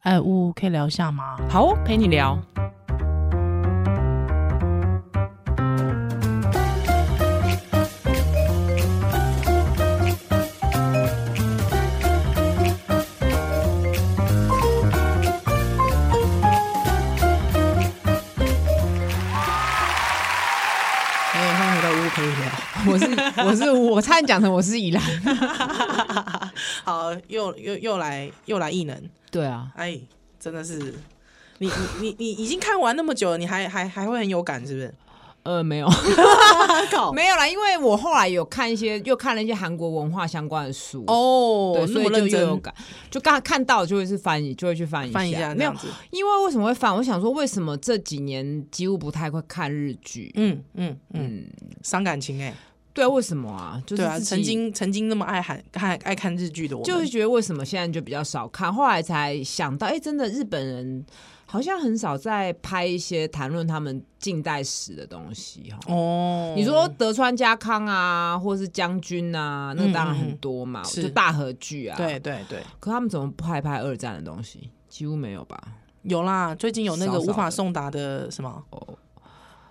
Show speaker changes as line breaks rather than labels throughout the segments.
哎，呜，可以聊一下吗？
好哦，陪你聊。
哎，欢迎回到屋可以聊。我是我是呃我差点讲成我是宜兰。
好，又又又来又来异能，
对啊，
哎，真的是，你你你你已经看完那么久了，你还还还会很有感是不是？
呃，没有啊
靠
没有啦，因为我后来有看一些，又看了一些韩国文化相关的书。
哦
对，，
那
所以
么认
就又有
真
感，就刚看到就会是翻译，就会去翻译
翻一下这
没有
样，子，
因为为什么会翻？我想说，为什么这几年几乎不太会看日剧？
嗯嗯嗯，
嗯，
伤感情哎，
对啊，为什么啊？就是
对啊，
自己
曾经曾经那么爱看看爱看日剧的我们，
就是觉得为什么现在就比较少看，后来才想到，哎、真的日本人好像很少在拍一些谈论他们近代史的东西哈。
哦，
你说德川家康啊，或是将军啊，那
嗯
当然
嗯
很
嗯
多嘛，
是
就大和剧啊。
对，对对，
可他们怎么不拍拍二战的东西？几乎没有吧？
有啦，最近有那
少
个
少
无
的
法送达的什么？
哦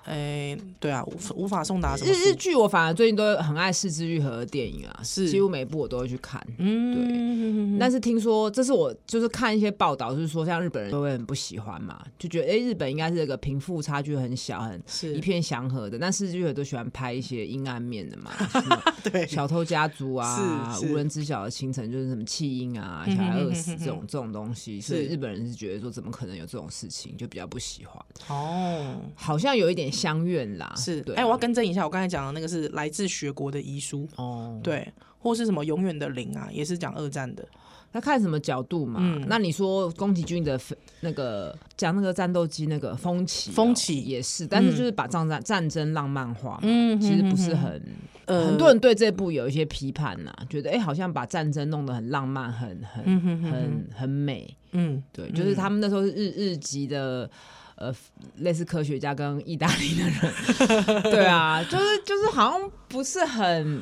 哎，对啊，无法无法送达什么
日日
书？
剧我反而最近都很爱四之愈合的电影啊，
是
几乎每部我都会去看。
嗯，
但是听说，这是我就是看一些报道，就是说像日本人都会很不喜欢嘛，就觉得哎、诶日本应该是这个贫富差距很小、很
是
一片祥和的，但是日本都喜欢拍一些阴暗面的 嘛，什么
对
小偷家族啊，
是是
无人知晓的清晨就是什么弃婴啊，
嗯
小
哼
孩饿
嗯哼嗯
死
哼
这种这种东西，所以
是
日本人是觉得说怎么可能有这种事情，就比较不喜欢，
哦，
好像有一点相怨啦，
是，
对，
哎、我要更正一下，我刚才讲的那个是来自学国的遗书，
哦，
对，或是什么永远的零啊，也是讲二战的，
那看什么角度嘛？
嗯
那你说宫崎骏的那个讲那个战斗机那个风起哦、
风起
也是，但是就是把战战战争浪漫化嘛，
嗯
其实不是很、
呃，
很多人对这部有一些批判呐、觉得哎、诶好像把战争弄得很浪漫，很很、
嗯哼哼哼，
很很美。
嗯，
对，就是他们那时候是日日籍的。呃，类似科学家跟意大利的人， 对啊，就是就是好像不是很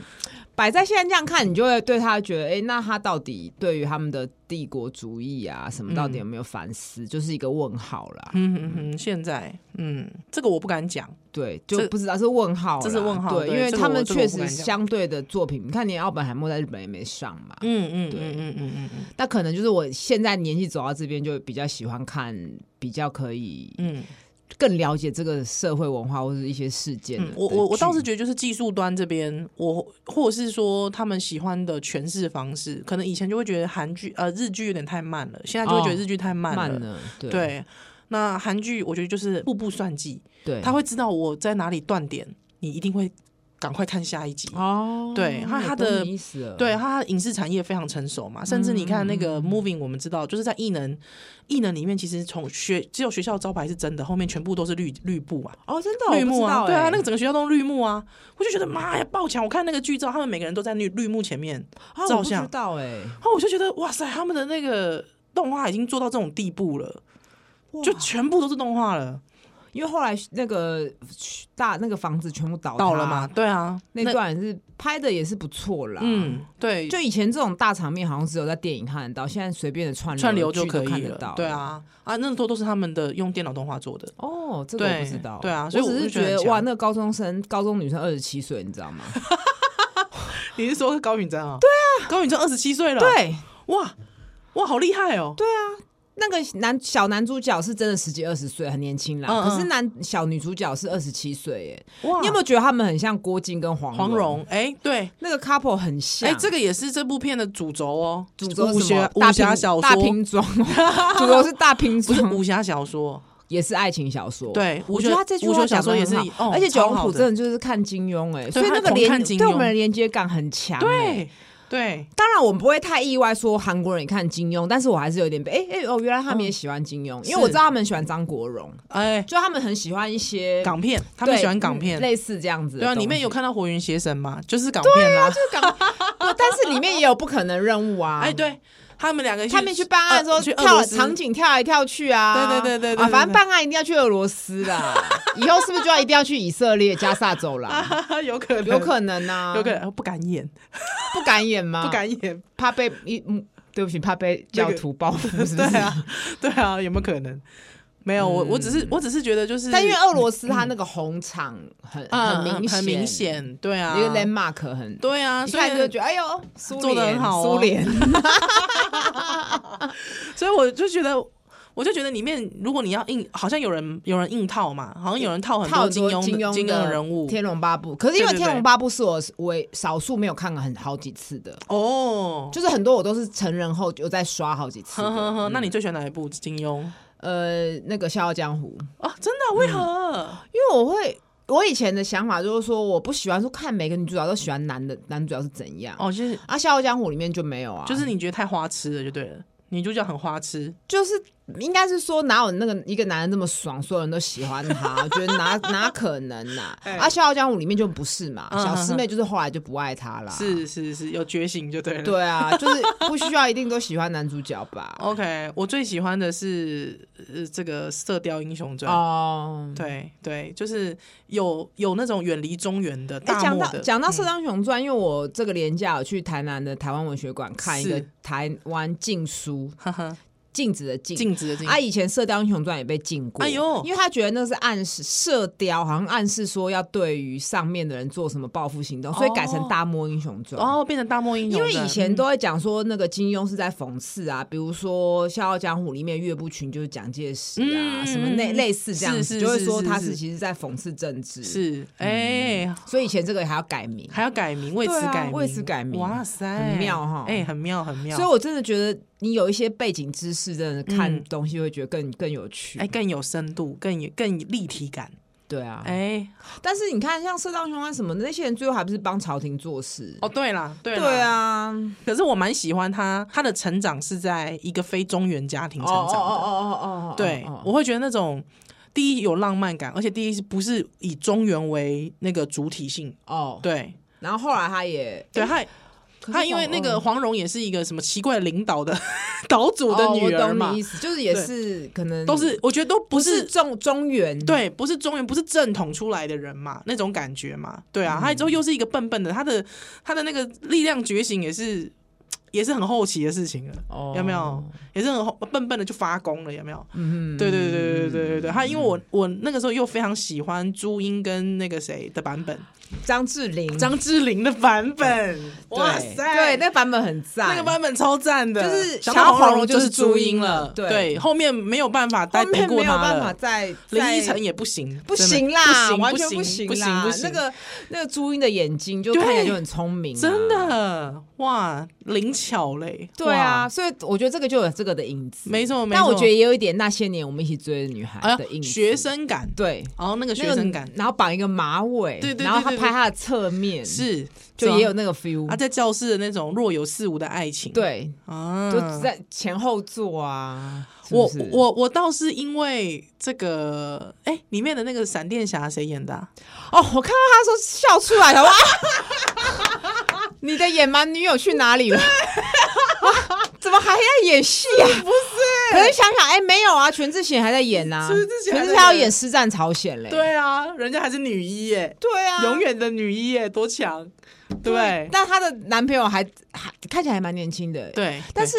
摆在现在这样看，你就会对他觉得，哎、那他到底对于他们的帝国主义啊什么，到底有没有反思，就是一个问号啦。
嗯哼哼，现在，嗯，这个我不敢讲，
对，就
这
不知道是问号啦，
这是问号
对，
对
因为
这个
他
我
们
这个我
确
不敢
实
讲
相对的作品，你看连奥本海默在日本也没上嘛，
嗯嗯
对
嗯嗯嗯嗯
那可能就是我现在年纪走到这边，就比较喜欢看，比较可以
嗯
更了解这个社会文化或者一些事件的
嗯，我我我倒是
的剧
觉得就是技术端这边，我或者是说他们喜欢的诠释方式，可能以前就会觉得韩剧呃日剧有点太慢了，现在就会觉得
哦
日剧太慢了，
慢了，对对
对。那韩剧我觉得就是步步算计，他会知道我在哪里断点，你一定会赶快看下一集。
哦，
对他
我
他
懂
的
你意思了
对，它影视产业非常成熟嘛，甚至你看那
嗯
个 Moving，我们知道就是在艺能艺能里面，其实从学只有学校招牌是真的，后面全部都是绿绿布啊，
哦，真的
绿幕啊，对啊，那个
个
整个学校都是绿幕啊，我就觉得妈呀爆强！我看那个剧照，他们每个人都在绿绿幕前面，照相
啊知道哎，
然后我就觉得哇塞，他们的那个动画已经做到这种地步了，就
哇
全部都是动画了，
因为后来那个大那个房子全部倒
到
塌
了嘛，，对啊，
那段也是拍的也是不错啦，
嗯。对，
就以前这种大场面好像只有在电影看得到，现在随便的串
串
流
流就
剧都
可以
看得
了
到。，
对，啊，啊，那都都是他们的用电脑动画做的，
哦，这个我
对
不知道。
对啊所
我
以我
只
就是觉
觉
得很
得
强
哇，那个高中生、高中女生二十七岁，你知 道吗？
你是说高允贞啊？对啊，高允贞二十七岁了，，
对，啊
哇哇，好厉害哦！对，
那个男小男主角是真的十几二十岁，很年轻啦。
嗯嗯
可是男小女主角是二十七岁耶。
哇，
你有没有觉得他们很像郭靖跟黄
黄蓉？哎，对，
那个 couple 很像？
哎，这个也是这部片的主轴哦，
主轴
武
是什么
侠武
大
侠
拼
小
大
说，
拼装， 主轴是大拼
不是
装，
武侠小说，
也是爱情小说。。
对，
我
武
觉
侠
得他这句
武
话讲
侠小
得
说也是哦
很好，而且九
九
龙
虎
浦真的就是看金庸哎、所以
他
那个
狂看
连
金
对我
庸
们的连接感很强、哎
对对，
当然，我们不会太意外说韩国人也看金庸，但是我还是有点被哎哎、哦，原来他
嗯
们也喜欢金庸，因为我知道他们喜欢张国荣，
哎，
就他们很喜欢一些
港片，他们
对
喜欢港片
嗯，类似这样子的
对
东
啊，
西。啊
里面 有看到《火云邪神》吗？就是港片啊啦，
就 港，不但是里面也有不可能任务啊。
哎，。对他们两个
他们去办案的时候
呃去俄
跳
罗斯
场景跳来跳去啊，
对对对对对
啊，
对
反正办案一定要去俄罗斯 啦，以后是不是就要一定要去以色列加萨走廊？
有可能，
有
哦
可能啊，
有可能不敢演，啊
不敢演吗？
不敢演，
怕被一嗯对不起，怕被教徒报复，是不
对
是？嗯
啊，对啊，有没有可能？没有，我我只是我只是觉得就是，
但因为俄罗斯它那个红场很
啊
明
很明，显，对啊
一，个 landmark 很，
对啊，
一
所以
看就觉得哎呦，苏
做得
联
很好哦
苏联，
所以我就觉得，我就觉得里面，如果你要硬，好像有人有人硬套嘛，好像有人套 很
套
多
很
金
多
庸
金
的金庸
的
的人物
《天龙八部》，可是因为
对
《
对
天
对
龙八部》是我唯少数没有看了很好几次的，
哦。
就是很多我都是成人后有在刷好几次
呵呵
的。嗯
呵，那你最喜欢哪一部金庸
呃，那个《笑傲江湖》，
啊？真的啊？为何？
因为我会。我以前的想法就是说，我不喜欢说看每个女主角都喜欢男的，男主角是怎样。
哦，就是
啊，《笑傲江湖》里面就没有啊，
就是你觉得太花痴了，就对了。女主角很花痴，
就是应该是说，哪有那个一个男人这么爽，所有人都喜欢 他？我觉得哪哪可能呐、啊？
哎
《笑傲江湖》里面就不是嘛，
嗯
小师妹就是后来就不爱他啦。
是是是，有觉醒就对了。
啊对啊，就是不需要一定都喜欢男主角
哦
吧？
，OK，我最喜欢的是呃这个《射雕英雄传》
哦，
对对，就是有有那种远离中原的
哎
大
讲
漠
到
的，嗯
讲到《射雕英雄传》，因为我这个廉假有去台南的台湾文学馆看一个
是
台湾禁书，
呵呵，
禁止的禁。
镜子的镜，
啊，以前《射雕英雄传》也被禁过，
哎呦
因为他觉得那是暗示射雕，好像暗示说要对于上面的人做什么报复行动，所以改成
哦
《大漠英雄传》。
哦，嗯变成大漠英雄
因
传，
为以前都会讲说那个金庸是在讽刺啊，比如说《笑傲江湖》里面岳不群就是蒋介石啊，
嗯
什么类类似这样子，
是是
就会说
是是
他
是
是其实在讽刺政治，
是哎、
所以以前这个还要改名。
还要改名，为此
嗯对啊
改名，
为此改名
哇塞，
很妙哈
哎、很妙，很妙，
所以我真的觉得你有一些背景知识，真的看
嗯
东西会觉得更更有趣。
哎、更有深度，更有更有立体感，
对啊，
哎、
但是你看像《射雕英雄传》什么的，那些人最后还不是帮朝廷做事？
哦，对啦，对啦，
对，啊，
可是我蛮喜欢他，他的成长是在一个非中原家庭
哦
成长
哦
的，
哦哦哦哦，
对
哦，
我会觉得那种。第一有浪漫感，而且第一是不是以中原为那个主体性？
哦，
对
然后后来他也哎
对，他
可是
他因为
黄
那
嗯
个黄蓉也是一个什么奇怪的领导的 岛主的女
哦、
儿
我
嘛
懂你意，思，就是也是可能
都是我觉得都不
不
是
是中中原，
对，不是中原，不是正统出来的人嘛，那种感觉嘛，对啊，他之后又是一个笨笨的，他的他的那个力量觉醒也是也是很后期的事情了，
哦
有没有？也是很后笨笨的就发功了，有没有？
嗯，
对对对对对对对对，他因为我我那个时候又非常喜欢朱茵跟那个谁的版本，
张智霖，
张智霖的版本，
对
哇塞，
对，那版本很赞，
那个版本超赞的，
就是
想到
小黄
黄
蓉
蓉
就是
是
朱
朱
茵
茵
了
了，
对
后面没有办法再
后
敌
面
过
没有
她
办
了
法。再
林依晨
再
也不行，
不
真的
行啦，
不行
完全不
不行，不
啦，
行，不行
那个那个朱茵的眼睛就
对
看起来就很聪明、啊
真。的哇，灵巧嘞，
对啊，
哇，
所以我觉得这个就有这个的影子，
没错没错，
但我觉得也有一点那些年我们一起追的女孩
哎呀
的影子，
学生感，
对
然后那个
那
学
个嗯
生感
然后绑一个马尾，
对对对
然后他
对对
拍他的侧面，
是
就也有
是
那个 feel，
啊，啊在教室的那种若有似无的爱情，
对，
啊，
就在前后座啊。是不
我
是
我我倒是因为这个，哎、里面的那个闪电侠谁演的、啊？
哦，我看到他说笑出来了，哇！ 你的野蛮女友去哪里了？哇，怎么还在演戏啊？不是，可是想想，哎、没有啊，全智贤还在演呐、啊，
全智贤还在演
全智贤要演《师战朝鲜》嘞。
对啊，人家还是女一耶，
对啊，
永远的女一耶，多强，对不对？
但她的男朋友还还看起来还蛮年轻的，。
对，
但是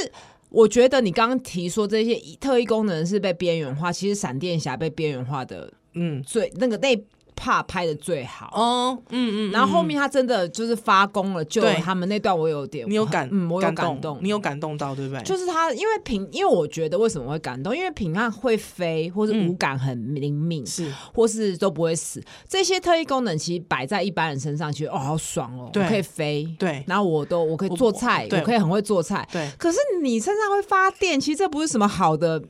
我觉得你刚刚提说这些特异功能是被边缘化，其实闪电侠被边缘化的
嗯，
最那个那一 part 拍的最好。
哦，嗯嗯，
然后后面他真的就是发功了，救了
对
他们那段，我有点
你有感，
嗯，我有
感
动，
你有感动到，对不对？
就是他，因为平，因为我觉得为什么会感动，因为平汉会飞，或是
嗯
五感很灵敏，
是
或是都不会死，这些特异功能其实摆在一般人身上，其实哦好爽哦，
对
我可以飞，
对
然后我都我可以做菜，我
对
可以很会做菜，
对，
可是你身上会发电，其实这不是什么好 的，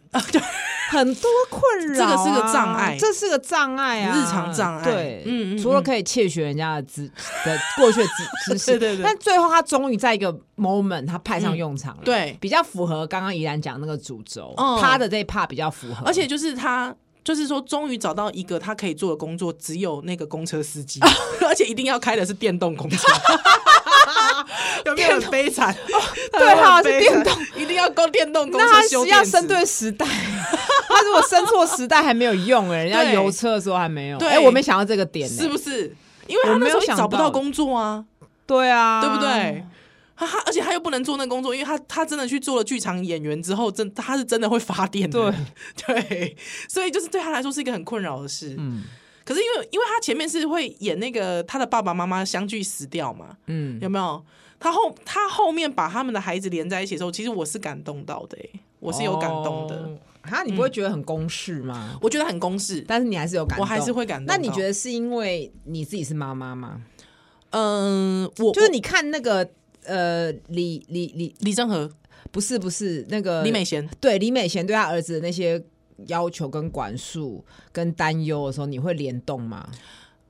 很多困扰啊、
这个是个障碍
这是个障碍啊，
日常障碍
对，
嗯嗯嗯
除了可以窃取人家的知的过去的知知识，
对对对
但最后他终于在一个 moment，他派上用场了，
嗯对
比较符合刚刚怡然讲那个主轴，
嗯
他的这一 part 比较符合，
而且就是他，就是说，终于找到一个他可以做的工作，只有那个公车司机，而且一定要开的是电动公车。有没有很悲惨？
对哈
很悲
是电
惨
动，
一定要搞电动公
那他
车修
是
电
要
池
生对时代。 他如果生错时代还没有用哎、人家
对
油车的时候还没有。
对
哎、我没想到这个点、欸，
是不是？因为
我
他
没
那时
有
候也
想
找不到
到
工作啊，
对啊，
对不对？？他他而且他又不能做那工作，因为他他真的去做了剧场演员之后，真他是真的会发电的，对 对，所以就是对他来说是一个很困扰的事。
嗯
可是因为因为他前面是会演那个他的爸爸妈妈相继死掉嘛，
嗯，
有没有？他后他后面把他们的孩子连在一起的时候，其实我是感动到的、欸，我
我
是有感动的，
哈，你不会觉得很公式吗？
我觉得很公式，
但是你还是有哦感动，
我还是。会感动到。
那你觉得是因为你自己是妈妈吗？
嗯、我
就是你看那个呃，李李李
李正和、
不是不是那个
李美贤，
对李美贤对她儿子的那些要求跟管束跟担忧的时候，你会联动吗？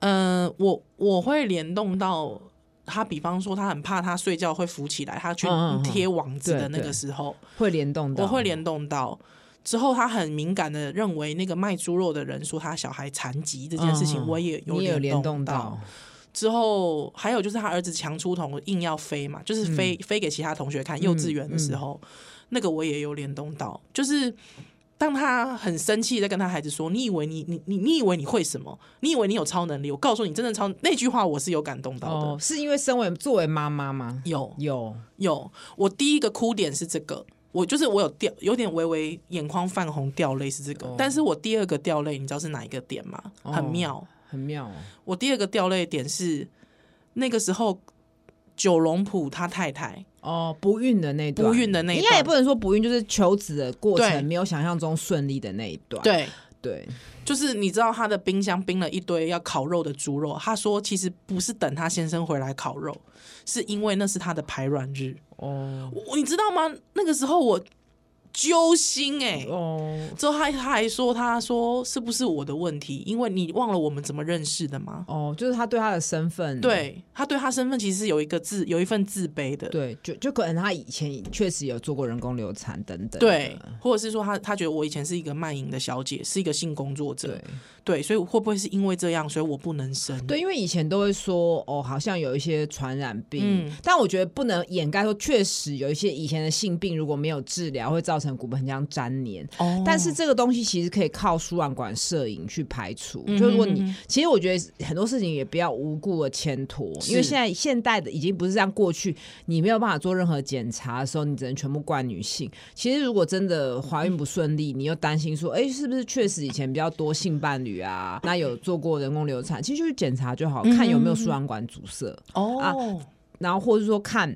嗯、我我会联动到他，比方说他很怕他睡觉会浮起来，他去
嗯嗯嗯
贴网子的
对
那个
对
时候，
会联动的，
我会联动到。之后，他很敏感的认为那个卖猪肉的人说他小孩残疾这件事
嗯
情，
嗯
我也有
你也有联动
到
到。，
之后还有就是他儿子强出头硬要飞嘛，就是飞、
嗯
飞给其他同学看。幼稚园的时候，那个我也有联动到，就是当他很生气在跟他孩子说：“你以为你你你你以为你会什么？你以为你有超能力？我告诉你，真的超那句话我是有感动到的。
哦，是因为身为作为妈妈吗？
有
有，
有，我第一个哭点是这个。我就是我有掉，有点微微眼眶泛红掉泪是这个，
哦
但是我第二个掉泪，你知道是哪一个点吗？很
哦
妙，
很妙、哦。
我第二个掉泪点是那个时候九龙埔他太太
哦，不孕的那一段，
不孕的那一
应该也
段
不能说不孕，就是求子的过
对
程没有想象中顺利的那一段。
对，
对，
就是你知道他的冰箱冰了一堆要烤肉的猪肉，他说其实不是等他先生回来烤肉，是因为那是他的排卵日。
哦
我你知道吗？那个时候我揪心哎、
哦，
之后他他还说，他说是不是我的问题？因为你忘了我们怎么认识的吗？
哦，就是他对他的身份，
对他对他身份其实是有一个自有一份自卑的，
对，就就可能他以前确实有做过人工流产等等的，
对，或者是说他他觉得我以前是一个卖淫的小姐，是一个性工作者，
对
对所以会不会是因为这样，所以我不能生？
对，因为以前都会说哦，好像有一些传染病，
嗯
但我觉得不能掩盖说，确实有一些以前的性病如果没有治疗，会造成骨盆腔粘连。
哦
但是这个东西其实可以靠输卵管摄影去排除。
嗯
就如果你、
嗯嗯
其实我觉得很多事情也不要无故的牵拖，
是
因为现在现代的已经不是像过去你没有办法做任何检查的时候，你只能全部怪女性。其实如果真的怀孕不顺利，你又担心说，哎、是不是确实以前比较多性伴侣啊？那有做过人工流产，其实就去检查就好，看有没
嗯
有输卵管阻塞。
哦、
啊然后或者说看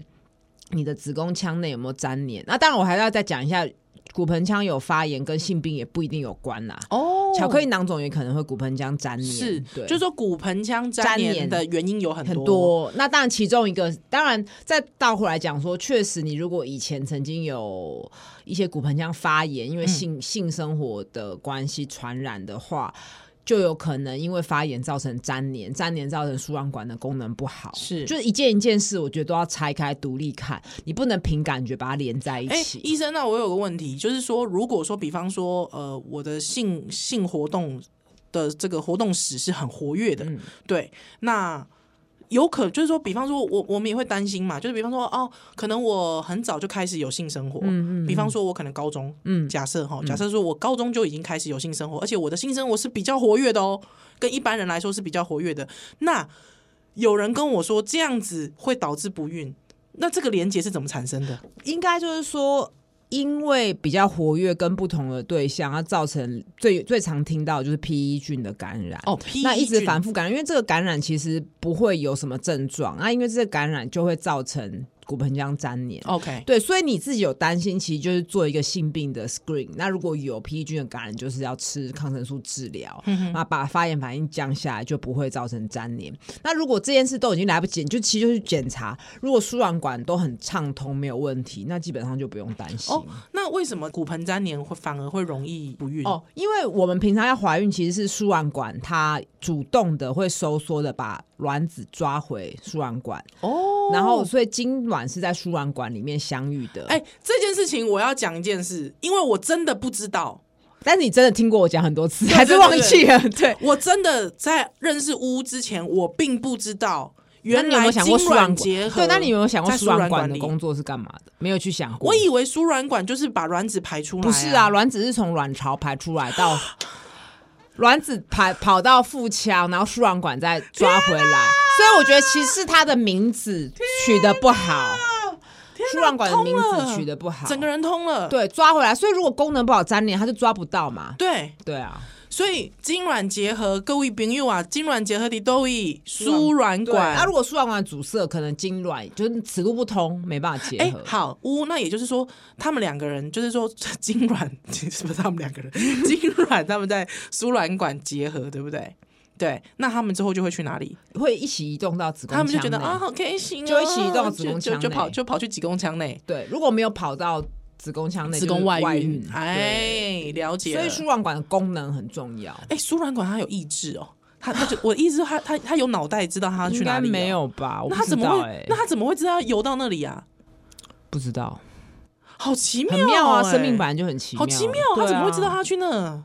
你的子宫腔内有没有粘连。那当然，我还要再讲一下，骨盆腔有发炎跟性病也不一定有关啦。
哦，
巧克力囊肿也可能会骨盆腔粘连，
是，
对，
就是说骨盆腔粘
粘
连
连
的原因有很
很
多，
多。那当然，其中一个，当然再倒回来讲说，确实你如果以前曾经有一些骨盆腔发炎，因为
嗯
性、性生活的关系传染的话。就有可能因为发炎造成粘连，粘连造成输卵管的功能不好，
是
就是一件一件事，我觉得都要拆开独立看，你不能凭感觉把它连在一
哎、
起。
医生，那我有个问题，就是说，如果说，比方说，呃，我的性性活动的这个活动史是很活跃的，
嗯
对，那有可就是说，比方说我我们也会担心嘛，就是比方说，哦，可能我很早就开始有性生活，
嗯嗯嗯
比方说，我可能高中，
嗯
假设哈，假设说我高中就已经开始有性生活，而且我的性生活是比较活跃的哦，跟一般人来说是比较活跃的。那有人跟我说这样子会导致不孕，那这个连结是怎么产生的？
应该就是说，因为比较活跃跟不同的对象，它造成最最常听到的就是 PE 菌的感染。
哦，P
那一直反复感染，因为这个感染其实不会有什么症状，那因为这个感染就会造成骨盆腔粘连。
OK，
对，所以你自己有担心，其实就是做一个性病的 screen。那如果有 PE 菌的感染，就是要吃抗生素治疗，那、把发炎反应降下来，就不会造成粘连。那如果这件事都已经来不及，你就其实就去检查。如果输卵管都很畅通，没有问题，那基本上就不用担心。
哦那为什么骨盆粘连会反而会容易不孕？
哦，因为我们平常要怀孕，其实是输卵管它主动的会收缩的把卵子抓回输卵管，
哦
然后所以精卵是在输卵管里面相遇的。
哎、这件事情我要讲一件事，因为我真的不知道，
但是你真的听过我讲很多次，还是忘记了？对，
我真的在认识乌之前，我并不知道原
那你有没
来
有想过
精
输卵
卵
管
结合。
对，那你有没有想过
在
输
输卵
卵管
管
的
里
工作是干嘛的？没有去想过。
我以为输卵管就是把卵子排出来、
不是啊，，卵子是从卵巢排出来到 卵子排跑到腹腔，然后输卵管再抓回来。所以我觉得其实是它的名字取得不好。输卵管的
通
名字
了
取得不好，
整个人通了。
对抓回来。所以如果功能不好粘连，他就抓不到嘛。
对，
对啊，
所以精卵结合，各位朋友啊，精卵结合的都以输卵
对啊，
管
如。果输卵管阻塞，可能精卵就是此路不通，没办法结
哎、
合。
好，呜，那也就是说，他们两个人，就是说精卵， 其实不是他们两个人，精卵他们在输卵管结合，对不对？对，那他们之后就会去哪里？
会一起移动到子宫腔
他们
内。
就觉得啊，好开心、哦，
就一起移动子
就
宫
就
腔
就
内
跑就跑去子宫腔内，
对，如果没有跑到子宫腔内，
子
就
宫
是
外
外
孕，
哎，
哎，了解
所
了。
以输卵管的功能很重要。
哎，输卵管它有意志哦，它它就我的意思是它它它有脑袋知道它要去
应
哪
该
里、哦
没，有吧？我
那
不
它
知
怎么
道
会、
哎，
那它怎么会知道要游到那里啊？
不知道，
好奇妙、
很妙啊！
哎
生命本来就很奇妙，
好奇妙，
对
它
啊
怎么会知道？它去那？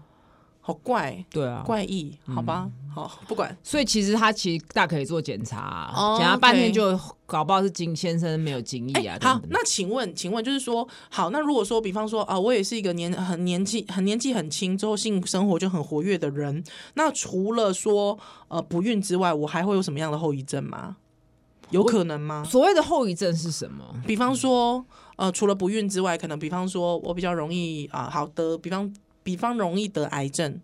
好怪
对啊，
怪异，好吧，
嗯
好不管。
所以其实他其实大可以做检查啊
哦，
检查
OK
半天就搞不好是金先生没有精液啊
哎，。
等
好，
等
那请问，请问就是说，好，那如果说，比方说啊、我也是一个年很年纪很年纪很轻之后性生活就很活跃的人，那除了说呃不孕之外，我还会有什么样的后遗症吗？有可能吗？
所谓的后遗症是什么？
比方说，呃，除了不孕之外，可能比方说我比较容易啊、好得，比方比方容易得癌症，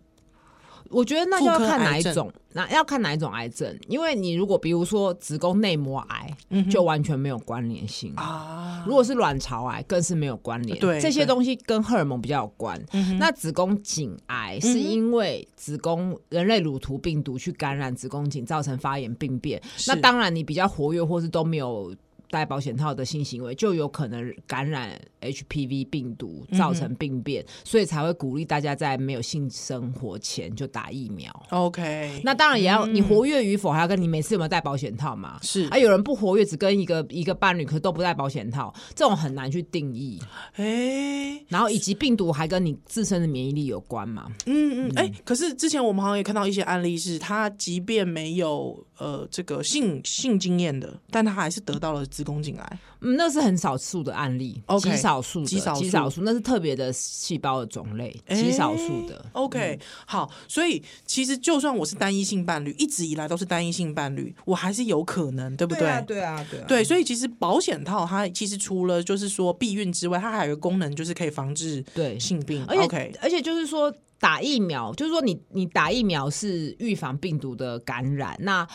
我觉得那就要
妇科
看哪
癌
一
症
种，那要看哪一种癌症，因为你如果比如说子宫内膜癌，
嗯
就完全没有关联性
啊，
如果是卵巢癌，更是没有关联。
对
这些
对
东西跟荷尔蒙比较有关。那子宫颈癌
嗯
是
哼
因为子宫人类乳头病毒去感染子宫颈，造成发炎病变。
是
那当然，你比较活跃或是都没有戴保险套的性行为，就有可能感染 HPV 病毒，
嗯
造成病变，所以才会鼓励大家在没有性生活前就打疫苗。
OK，
那当然也要、
嗯
你活跃与否，还要跟你每次有没有戴保险套嘛？
是
啊，有人不活跃，只跟一个一个伴侣，可都不戴保险套，这种很难去定义。
哎、
然后以及病毒还跟你自身的免疫力有关嘛？
嗯嗯，哎、可是之前我们好像也看到一些案例是，他即便没有呃这个性性经验的，但他还是得到了子宫颈癌。
嗯，那是很少数的案例
OK，
极少数的，
极少数
极少数，那是特别的细胞的种类，极少数的
哎。OK，、好，所以其实就算我是单一性伴侣，一直以来都是单一性伴侣，我还是有可能，对不对？
对啊，对啊。
对，所以其实保险套它其实除了就是说避孕之外，它还有一个功能就是可以防治
对
性病。
而且
OK，
而且就是说打疫苗，就是说你你打疫苗是预防病毒的感染，那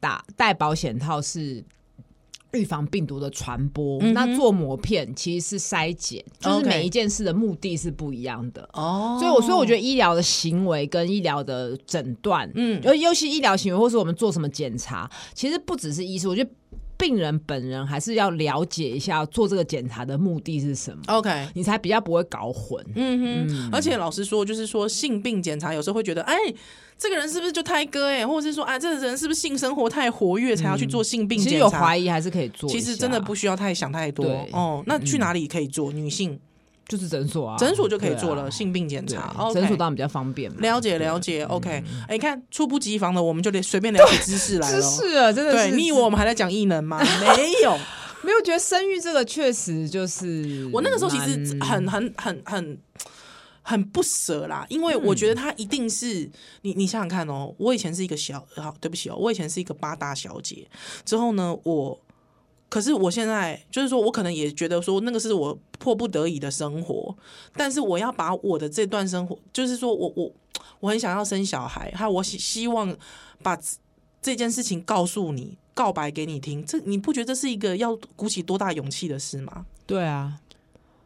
打戴保险套是。预防病毒的传播，
嗯哼
那做膜片其实是筛检，就是
OK
每一件事的目的是不一样的。
哦
所以我，所以我觉得医疗的行为跟医疗的诊断，
嗯
嗯，尤尤其医疗行为或是我们做什么检查，其实不只是医师，我觉得病人本人还是要了解一下做这个检查的目的是什么，
得 OK。
你才比较不会搞混。
嗯哼，而且老实说，就是说性病检查有时候会觉得，哎，这个人是不是就胎哥哎、或者是说，哎，这个人是不是性生活太活跃才要去做性
嗯
病
其实
检
有
查？
怀疑还是可以做一下，
其实真的不需要太想太多
对
哦。那去哪里可以做？女性
就是诊所啊，
诊所就可以做了、
对
性病检查
啊。对
OK
诊所当然比嗯较方便嘛。
了解了解，OK。哎、看猝不及防的，我们就连随便聊起知识来
知
了。
识啊，真的
对
是
你以为我们还在讲异能 吗？没有，
没有觉得生育这个确实就是
我那个时候其实啊
蛮
很很很很很不舍啦，因为我觉得她一定是、你你想想看哦，我以前是一个小好，对不起哦，我以前是一个八大小姐，之后呢，我可是我现在就是说我可能也觉得说那个是我迫不得已的生活，但是我要把我的这段生活，就是说我我我很想要生小孩，还有我希希望把这这件事情告诉你。告白给你听，这你不觉得这是一个要鼓起多大勇气的事吗？
对啊，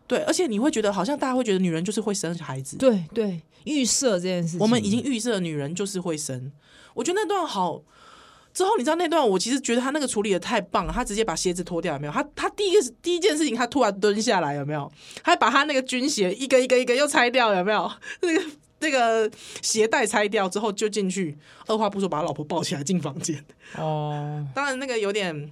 对，而且你会觉得好像大家会觉得女人就是会生孩子，
对对，预设这件事情，
我们已经预设女人就是会生。我觉得那段好之后，你知道那段我其实觉得他那个处理的太棒了，他直接把鞋子脱掉有没有？他他第一个第一件事情，他突然蹲下来有没有？还把他那个军鞋一个一个一个又拆掉有没 有？那个。那个鞋带拆掉之后就进去，二话不说把老婆抱起来进房间。
哦，
当然那个有点，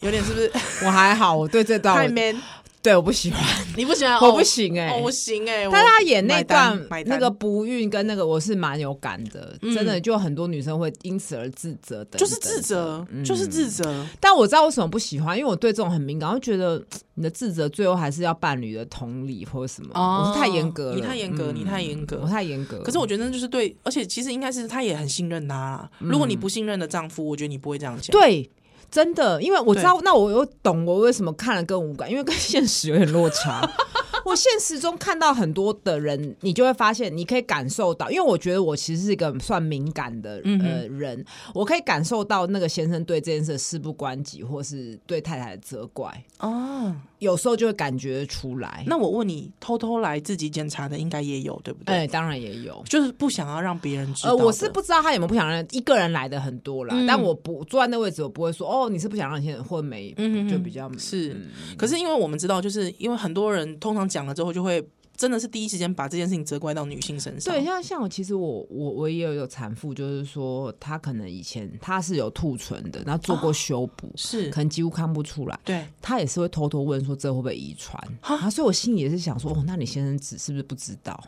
有点是不是
我还好，我对这段
太
我
man？
对我不喜欢，
你不喜欢？
我不行哎、
哦，我行哎、
但
我
他演那
买单
段
买单嗯
那个不孕跟那个，我是蛮有感的，真的就很多女生会因此而自责等等的，
就是自责，就是自责。
但我知道为什么不喜欢，因为我对这种很敏感，我觉得你的自责最后还是要伴侣的同理或者什么。
哦
我是太严格了，
你太严格
嗯
你太严格
我太严格了。
可是我觉得那就是对，而且其实应该是他也很信任他啦。如果你不信任的丈夫，我觉得你不会这样
嗯
讲。
对。真的，因为我知
对
道，那我又懂我为什么看了更无感，因为跟现实有点落差。 我现实中看到很多的人，你就会发现，你可以感受到，因为我觉得我其实是一个算敏感的
嗯
呃
哼
人，我可以感受到那个先生对这件事事不关己，或是对太太的责怪，
哦，
有时候就会感觉出来。
那我问你，偷偷来自己检查的应该也有，对不对？
哎、当然也有。
就是不想要让别人知道
呃，
的。
我是不知道他有没有不想让一个人来的很多啦，
嗯
但我不坐在那位置，我不会说哦，你是不想让现在或没，
嗯嗯嗯
就比较
是，可是因为我们知道，就是因为很多人通常讲了之后，就会真的是第一时间把这件事情责怪到女性身上。
对，，像像我其实我我我也有有产妇，就是说她可能以前她是有兔唇的，然后做过修补，
是
可，能几乎看不出来。
对，
她也是会偷偷问说这会不会遗传
哈
啊？所以我心里也是想说，哦，那你先生只是不是不知道？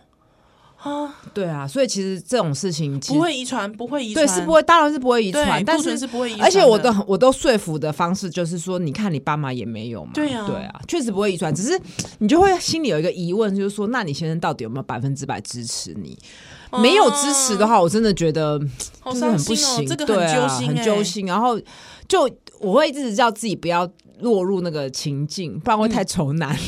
啊，
对啊，所以其实这种事情其
不
实
会遗传，不会遗传，
对是不会，当然是不会遗
遗
传，但
是
是。
是不会遗传，
而且我的。我都说服的方式就是说，你看你爸妈也没有嘛，
对啊
对啊，确实不会遗传，只是你就会心里有一个疑问，就是说，那你先生到底有没有百分之百支持你？没有支持的
话，
话，我真的觉得
好
就是
伤
很不
心哦
行，，
这个
对
很
啊
揪心、欸
很揪。心。然后就我会一直叫自己不要落入那个情境，不然会
嗯
太愁 男。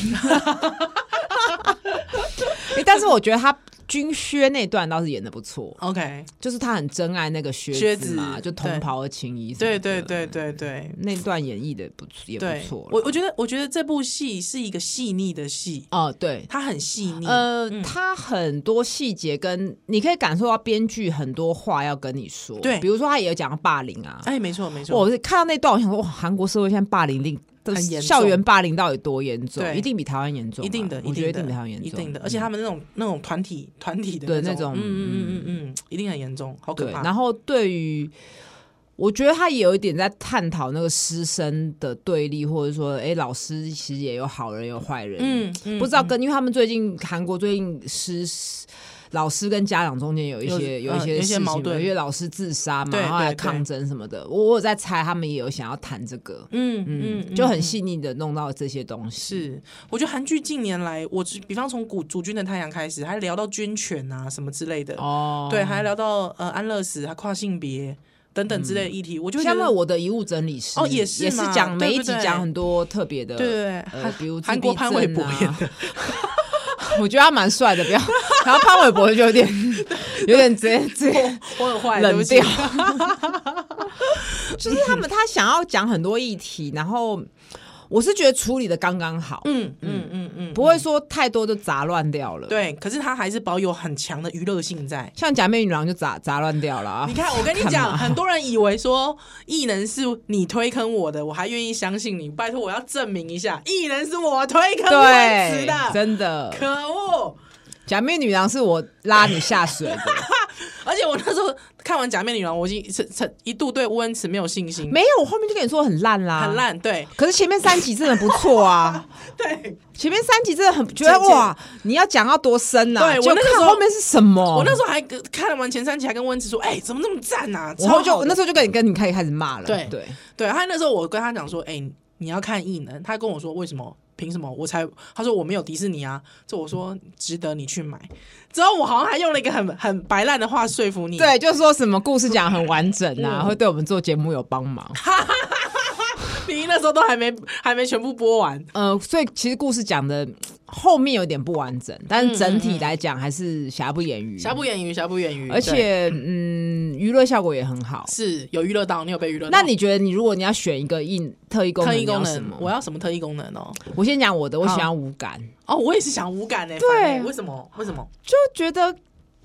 欸但是我觉得他军靴那段倒是演的不错，
OK，
就是他很珍爱那个靴
靴
子嘛，
子
就同袍的情谊什么
对
的。
对对对对
那段演绎的不也
对
不，错啦。
我我觉得我觉得这部戏是一个细腻的戏，
哦、对。
它很细腻。
呃，他很多细节跟你可以感受到编剧很多话要跟你说，
对
比如说他也有讲到霸凌啊，
哎，没错没错，
我是看到那段，我想说，哇，韩国社会现在霸凌令，
很严重
校园霸凌到底多严重？
对
一定比台湾严重啊，
一定的，
我觉得一定
定的，
比台湾严重，嗯
一定的。而且他们那种那种团体团体的
对
那
那种
嗯嗯嗯嗯嗯，一定很严重，好
对。
可怕。
然后对于，我觉得他也有一点在探讨那个师生的对立，或者说，哎，老师其实也有好人有坏人，
嗯，嗯
不知道跟，因为他们最近韩国最近师老师跟家长中间有一些
有
有一
呃有
些
一
事
些
情嘛，
矛盾
因为老师自杀嘛，
对
然后还
对对
抗争什么的，我我有在猜他们也有想要谈这个。
嗯嗯
嗯，
嗯，
就很
嗯。
细腻的弄到这些东西，
是，我觉得韩剧近年来，我只比方从古《主君的太阳》开始，还聊到军犬啊什么之类的，
哦，
对，还聊到呃安乐死、还跨性别等等之类的议题，我就会
嗯
觉
像那
得
个我的遗物整理师
哦也是
也是
嘛
讲
对
每一
不
集
对
讲很多特别的，
对对对，
呃
韩，
比如
韩国潘玮柏演的，
的，啊 我觉得他蛮帅的，不要，然后潘玮柏就有 点有点直接直接。
我很坏，对
冷
不起
掉，就是他们他想要讲很多议题，然后我是觉得处理的刚刚好，
嗯嗯嗯嗯，
不会说太多就杂乱掉了。，
对，可是他还是保有很强的娱乐性在。
像假面女郎就杂杂乱掉了啊
你。看，我跟你
干
讲，很多人以为说异能是你推坑我的，我还愿意相信你。拜托，我要证明一下，异能是我推坑万
对
磁，的，
真的，
可恶！
假面女郎是我拉你下水 的，
而且我那时候看完《假面女郎》，我已经曾曾一度对乌恩慈没有信心，
没啊有，我后面就跟你说很烂啦，
很。烂，对
可是前面三集真的不错 啊，
对。
前面三集真的很觉得
这这
哇，你要讲到多深呐、啊？
对
就
我那个时
看
候
后面是什么？
我那时候还跟看完前三集，还跟温慈说：“哎、怎么那么赞啊？”
我后
超
就
好
我
的
那时候就跟你跟你开开始骂了，
对
对，
对，他那时候我跟他讲说，哎、你要看异能，他跟我说为什么？凭什么？我才他说我没有迪士尼啊，这我说值得你去买。之后我好像还用了一个很很白烂的话说服你，
对，就是说什么故事讲得很完整啊，
嗯
会对我们做节目有帮 忙。
你那时候都还没还没全部播完，
呃，所以其实故事讲的后面有点不完整，但是整体来讲还是瑕不掩瑜，
瑕不掩瑜，瑕不掩瑜，
而
对
且嗯，娱乐效果也很好。
是有娱乐到，你有被娱乐到。
那你觉得你如果你要选一个硬特异功能，
特异功
你要什
能
么，
我要什么特异功能哦？
我先讲我的，我
好
喜欢无感，
哦，我也是想无感哎、欸，
对
烦欸为什么？为什么？
就觉得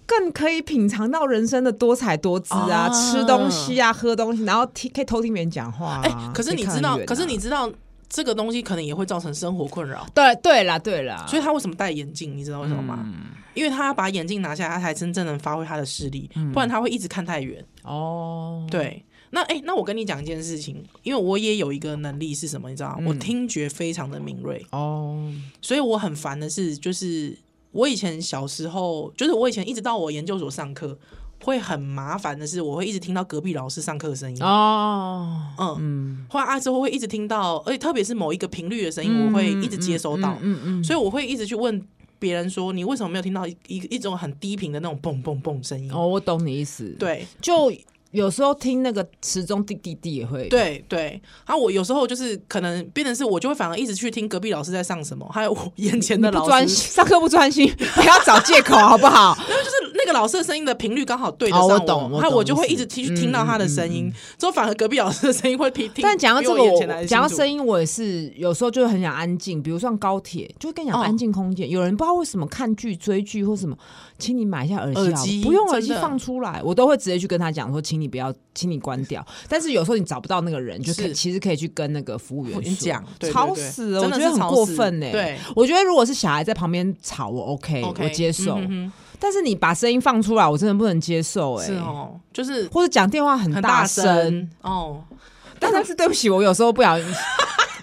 更可以品尝到人生的多彩多姿啊，
啊
吃东西啊，喝东西，然后听可以偷听别人讲话、啊。
哎、可是你
看很
知道，
远啊
可是你知道这个东西可能也会造成生活困扰。
对对啦对啦，
所以他为什么戴眼镜？你知道为什么
嗯
吗？因为他要把眼镜拿下来，他才真正能发挥他的视力，
嗯
不然他会一直看太远。
哦，
对，那哎、那我跟你讲一件事情，因为我也有一个能力是什么，你知道吗？
嗯
我听觉非常的敏锐，
哦，
所以我很烦的是，就是我以前小时候，就是我以前一直到我研究所上课，会很麻烦的是，我会一直听到隔壁老师上课的声音。
哦，
嗯嗯，后来啊之后会一直听到，而且特别是某一个频率的声音，嗯我会一直接收到。
嗯嗯，
所以我会一直去问别人说，你为什么没有听到一一一种很低频的那种蹦蹦蹦声音？
哦，我懂你意思。，
对
就有时候听那个时钟滴滴滴也会，
对对，然后我有时候就是可能变成是我就会反而一直去听隔壁老师在上什么，还有 我眼前
你
的
不
老
专
师，
心，上课不专心， 不要找借口好不好？
因为 就是那个老师的声音的频率刚好对得
哦
上
我懂我
还有我
懂
就会
意
一
思嗯
直听听到他的声音，之后反而隔壁老师的声音会听 听。
但讲到
比
这个，
我眼前来
我
得
讲到
清楚
声音，我也是有时候就很想安静，比如像高铁，就跟你讲
哦
安静空间。有人不知道为什么看剧、追剧或什么，请你买一下耳机好
耳
不好，
机
不用耳机
真的
放出来，我都会直接去跟他讲说，请你不要，请你关掉。但是有时候你找不到那个人，就可以
是
其实可以去跟那个服务员
你
说。
讲，对对
吵
对
死了
真
我
的
觉得很
是吵
过
死
分欸
对
我觉得如果是小孩在旁边吵，我 OK，,
，OK，
我接受。
嗯哼
但是你把声音放出来，我真的不能接受、
哼
哎，
是哦，就是
或者讲电话很
很
大声，
声 哦，
但但是对不起，我有时候不小心，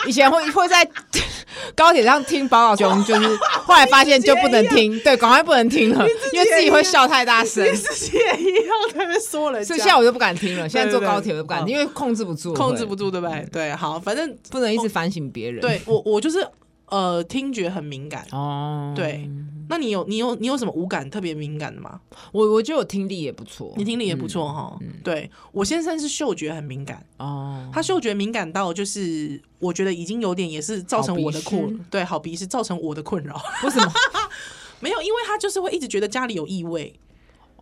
以前会会在 高铁上听宝岛熊，就是后来发现就不能听，对，赶快不能听了，因为自己会笑太大声
你，自己也一样在那边说人
所
家
以现在我就不敢听了。现在坐
对对哦
高铁我就不敢听，因为控制不住，
控制
会嗯
不住，对不对？对，好，反正
不能一直反省别人。，
对我我就是呃听觉很敏感。
哦，
对，那你有你有你有什么五感特别敏感的吗？
我我觉得我听力也不错
你听力也不
嗯
错哈。对我先生是嗅觉很敏感，
哦，
他嗅觉敏感到就是我觉得已经有点也是造成我的
好鼻
困对好鼻是造成我的困扰。
为什么？
没有，因为他就是会一直觉得家里有异味，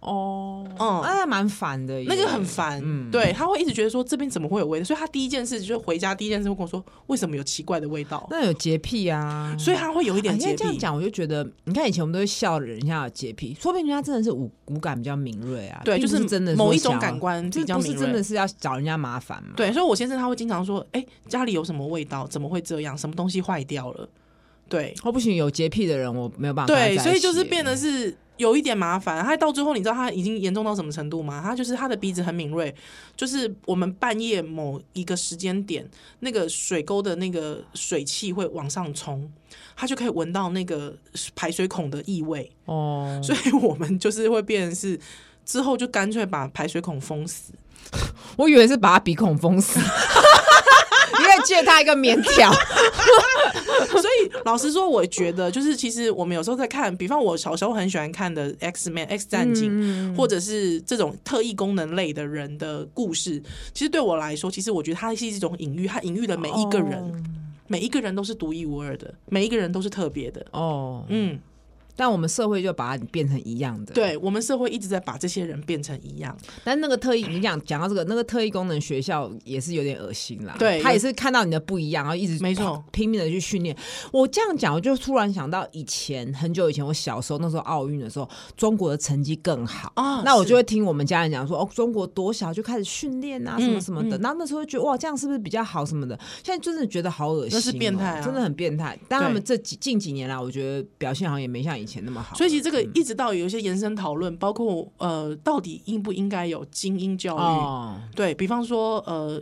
哦，嗯
嗯
哎呀，蛮烦的耶，
那个很烦，对，他会一直觉得说这边怎么会有味道，所以他第一件事就是回家第一件事会跟我说为什么有奇怪的味道，
那有洁癖啊，
所以他会有一点
你看
洁
这样
癖。
讲，我就觉得，你看以前我们都会笑人家有洁癖，说不定人家真的是五五感比较敏锐啊。
对
并不
就是
是真的
某
说
一种
想要
感官
这
比较
不是
敏
真的
锐
是要找人家麻烦嘛。
对，所以我先生他会经常说，哎、家里有什么味道，怎么会这样？什么东西坏掉了？对
哦，不行，有洁癖的人我没有办法跟他在一起耶。
对，
嗯
所以就是变得是有一点麻烦。他到最后，你知道他已经严重到什么程度吗？他就是他的鼻子很敏锐，就是我们半夜某一个时间点，那个水沟的那个水汽会往上冲，他就可以闻到那个排水孔的异味。
哦，
所以我们就是会变成是之后就干脆把排水孔封死，
我以为是把他鼻孔封死， 你可以借他一个棉条。
所以老实说，我觉得就是其实我们有时候在看，比方我小时候很喜欢看的《X Man》《X 战
嗯
警》或者是这种特异功能类的人的故事，其实对我来说，其实我觉得它是一种隐喻，它隐喻了 每一个人，
哦
每一个人都是独一无二的，每一个人都是特别的。
哦，
嗯，
但我们社会就把它变成一样的。，
对，我们社会一直在把这些人变成一样，
但那个特异，你讲讲到这个，那个特异功能学校也是有点恶心啦。
对
他也是看到你的不一样，然后一直
没错，
拼命的去训练。我这样讲，我就突然想到以前很久以前，我小时候那时候奥运的时候，中国的成绩更好
啊
那我
是
就会听我们家人讲说，哦，中国多小就开始训练啊，什么
嗯
什么的。然后那时候就觉得哇，这样是不是比较好什么的？现在真的觉得好恶心哦、
那是变态啊
真的很变态。但他
对
们这几近几年来，我觉得表现好像也没像以前那么好。
所以其实这个一直到有一些延伸讨论，包括呃，到底应不应该有精英教育？
哦，
对比方说，呃，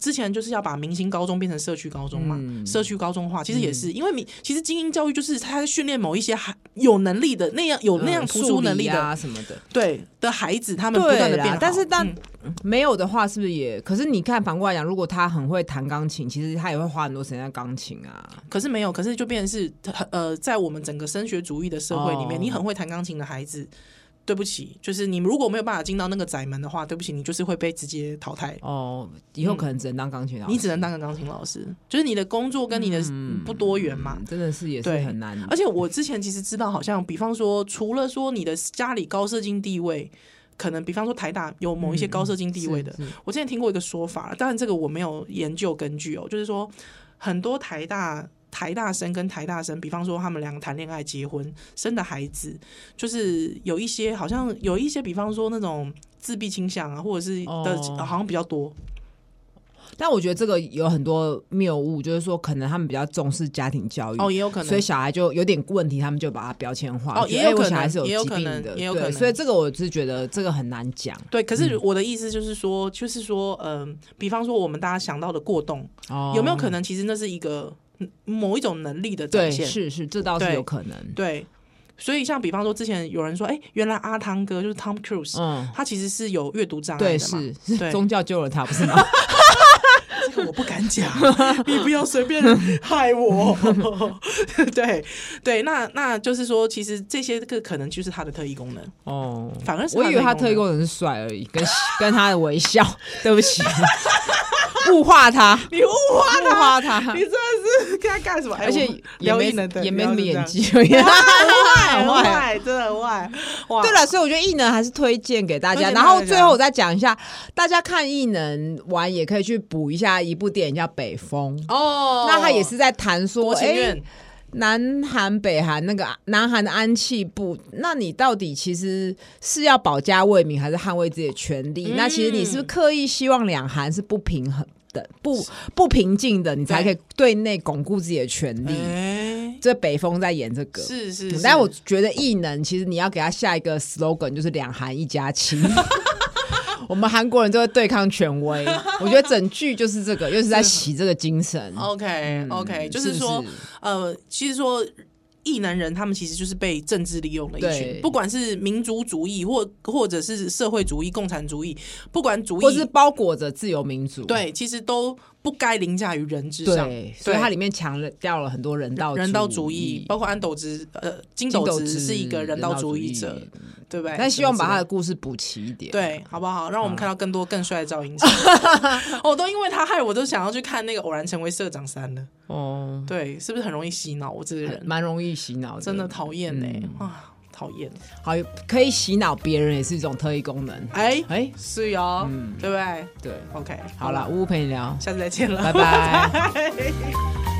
之前就是要把明星高中变成社区高中嘛，
嗯
社区高中化，其实也是、因为你其实精英教育就是他在训练某一些还有能力的那样有那样
嗯
突
数
出能
理
力的、
啊什么的。
对的孩子，他们不
对
断的
啦
变好，
但是但
嗯
没有的话，是不是也？可是你看，反过来讲，如果他很会弹钢琴，其实他也会花很多时间在钢琴啊。
可是没有，可是就变成是呃，在我们整个升学主义的社会里面，
哦
你很会弹钢琴的孩子。对不起，就是你如果没有办法进到那个窄门的话，对不起，你就是会被直接淘汰。
哦，以后可能只能当钢琴老师。
你只能当个钢琴老师，就是你的工作跟你的不多元嘛。
嗯真的是也是
对
很难。
而且我之前其实知道，好像比方说，除了说你的家里高社经地位，可能比方说台大有某一些高社经地位的，
嗯是是
我之前听过一个说法，当然这个我没有研究根据哦，就是说很多台大。台大生跟台大生，比方说他们两个谈恋爱、结婚、生的孩子，就是有一些好像有一些，比方说那种自闭倾向啊，或者是的，
哦
好像比较多。
但我觉得这个有很多谬误，就是说可能他们比较重视家庭教育。
哦，也有可能，
所以小孩就有点问题，他们就把它标签化。
哦
觉得
也有
哎我
可
小孩
能
是有
也有
疾
可
病
能
的，
也有
对
可能
所以这个我是觉得这个很难讲
对，可
嗯
是我的意思就是说，就是说，嗯、比方说我们大家想到的过动，
哦，
有没有可能其实那是一个嗯某一种能力的展
对，
现？
哦是是，这倒是
对
有可能。
对所以像比方说之前有人说，哎、原来阿汤哥就是 Tom Cruise，、
嗯，
他其实是有阅读障 碍
对，
的嘛？
是是
对
宗教救了他，不是吗？
这个我不敢 讲，你不要随便害我。对对，那那就是说，其实这些个可能就是他的特异功能，
哦，
反而是
我以为他
特
特异功能是帅而已，跟跟他的微笑，对不 起，物化他，
能， 你误化
物化他
你，真的是跟他干什么？哎
而且
我
也
聊
没
异能的
也没什么演，技，
很
很坏。
坏，真的很坏。哇，
对了，所以我觉得异能还是推荐给大
推
家。
荐
然后
大家
最后我再讲一下，大家看异能完也可以去补一下一部电影叫《北风》，
哦，
那他也是在谈说，
国情
哎、
院，
南韩、北韩那个南韩的安气部，那你到底其实是要保家卫民，还是捍卫自己的权利？
嗯
那其实你是不是刻意希望两韩是不平衡的、不不平静的，你才可以对内巩固自己的权利？
哎，
这北风在演这个。嗯
是是，
但
是
我觉得异能，其实你要给他下一个 slogan，就是“两韩一家亲” 。我们韩国人就会对抗权威，我觉得整句就是 这个，又是在洗这个精神。
OK
嗯
哦 OK，就是是
不
说
是，
呃，其实说。异能人他们其实就是被政治利用的一
对
群，不管是民族主义或或者是社会主义、共产主义，不管主
或是
义，
包裹着自由民主。
对，其实都不该凌驾于人之上。
对，所以它里面强调了很多人道
人道主
主
义，包括安斗之呃
金
金斗
斗
之
之
是一个人道主义者，
人道主义
对不对？
但希望把他
什么
的嗯故事补齐一点。
之类 的对，好不好？让我们看到更多更帅的赵 英哲。我哦都因为他害我都想要去看那个《偶然成为社长三》了。
哦，
对，是不是很容易洗脑？我这个人
蛮容易洗脑的，
真的讨厌呢、啊，讨厌！
好，可以洗脑别人也是一种特异功能。
哎、
哎，
是哟，对不对
对，
？OK，
好
啦
了，，呜呜陪你聊，
下次再见了，
拜拜。
拜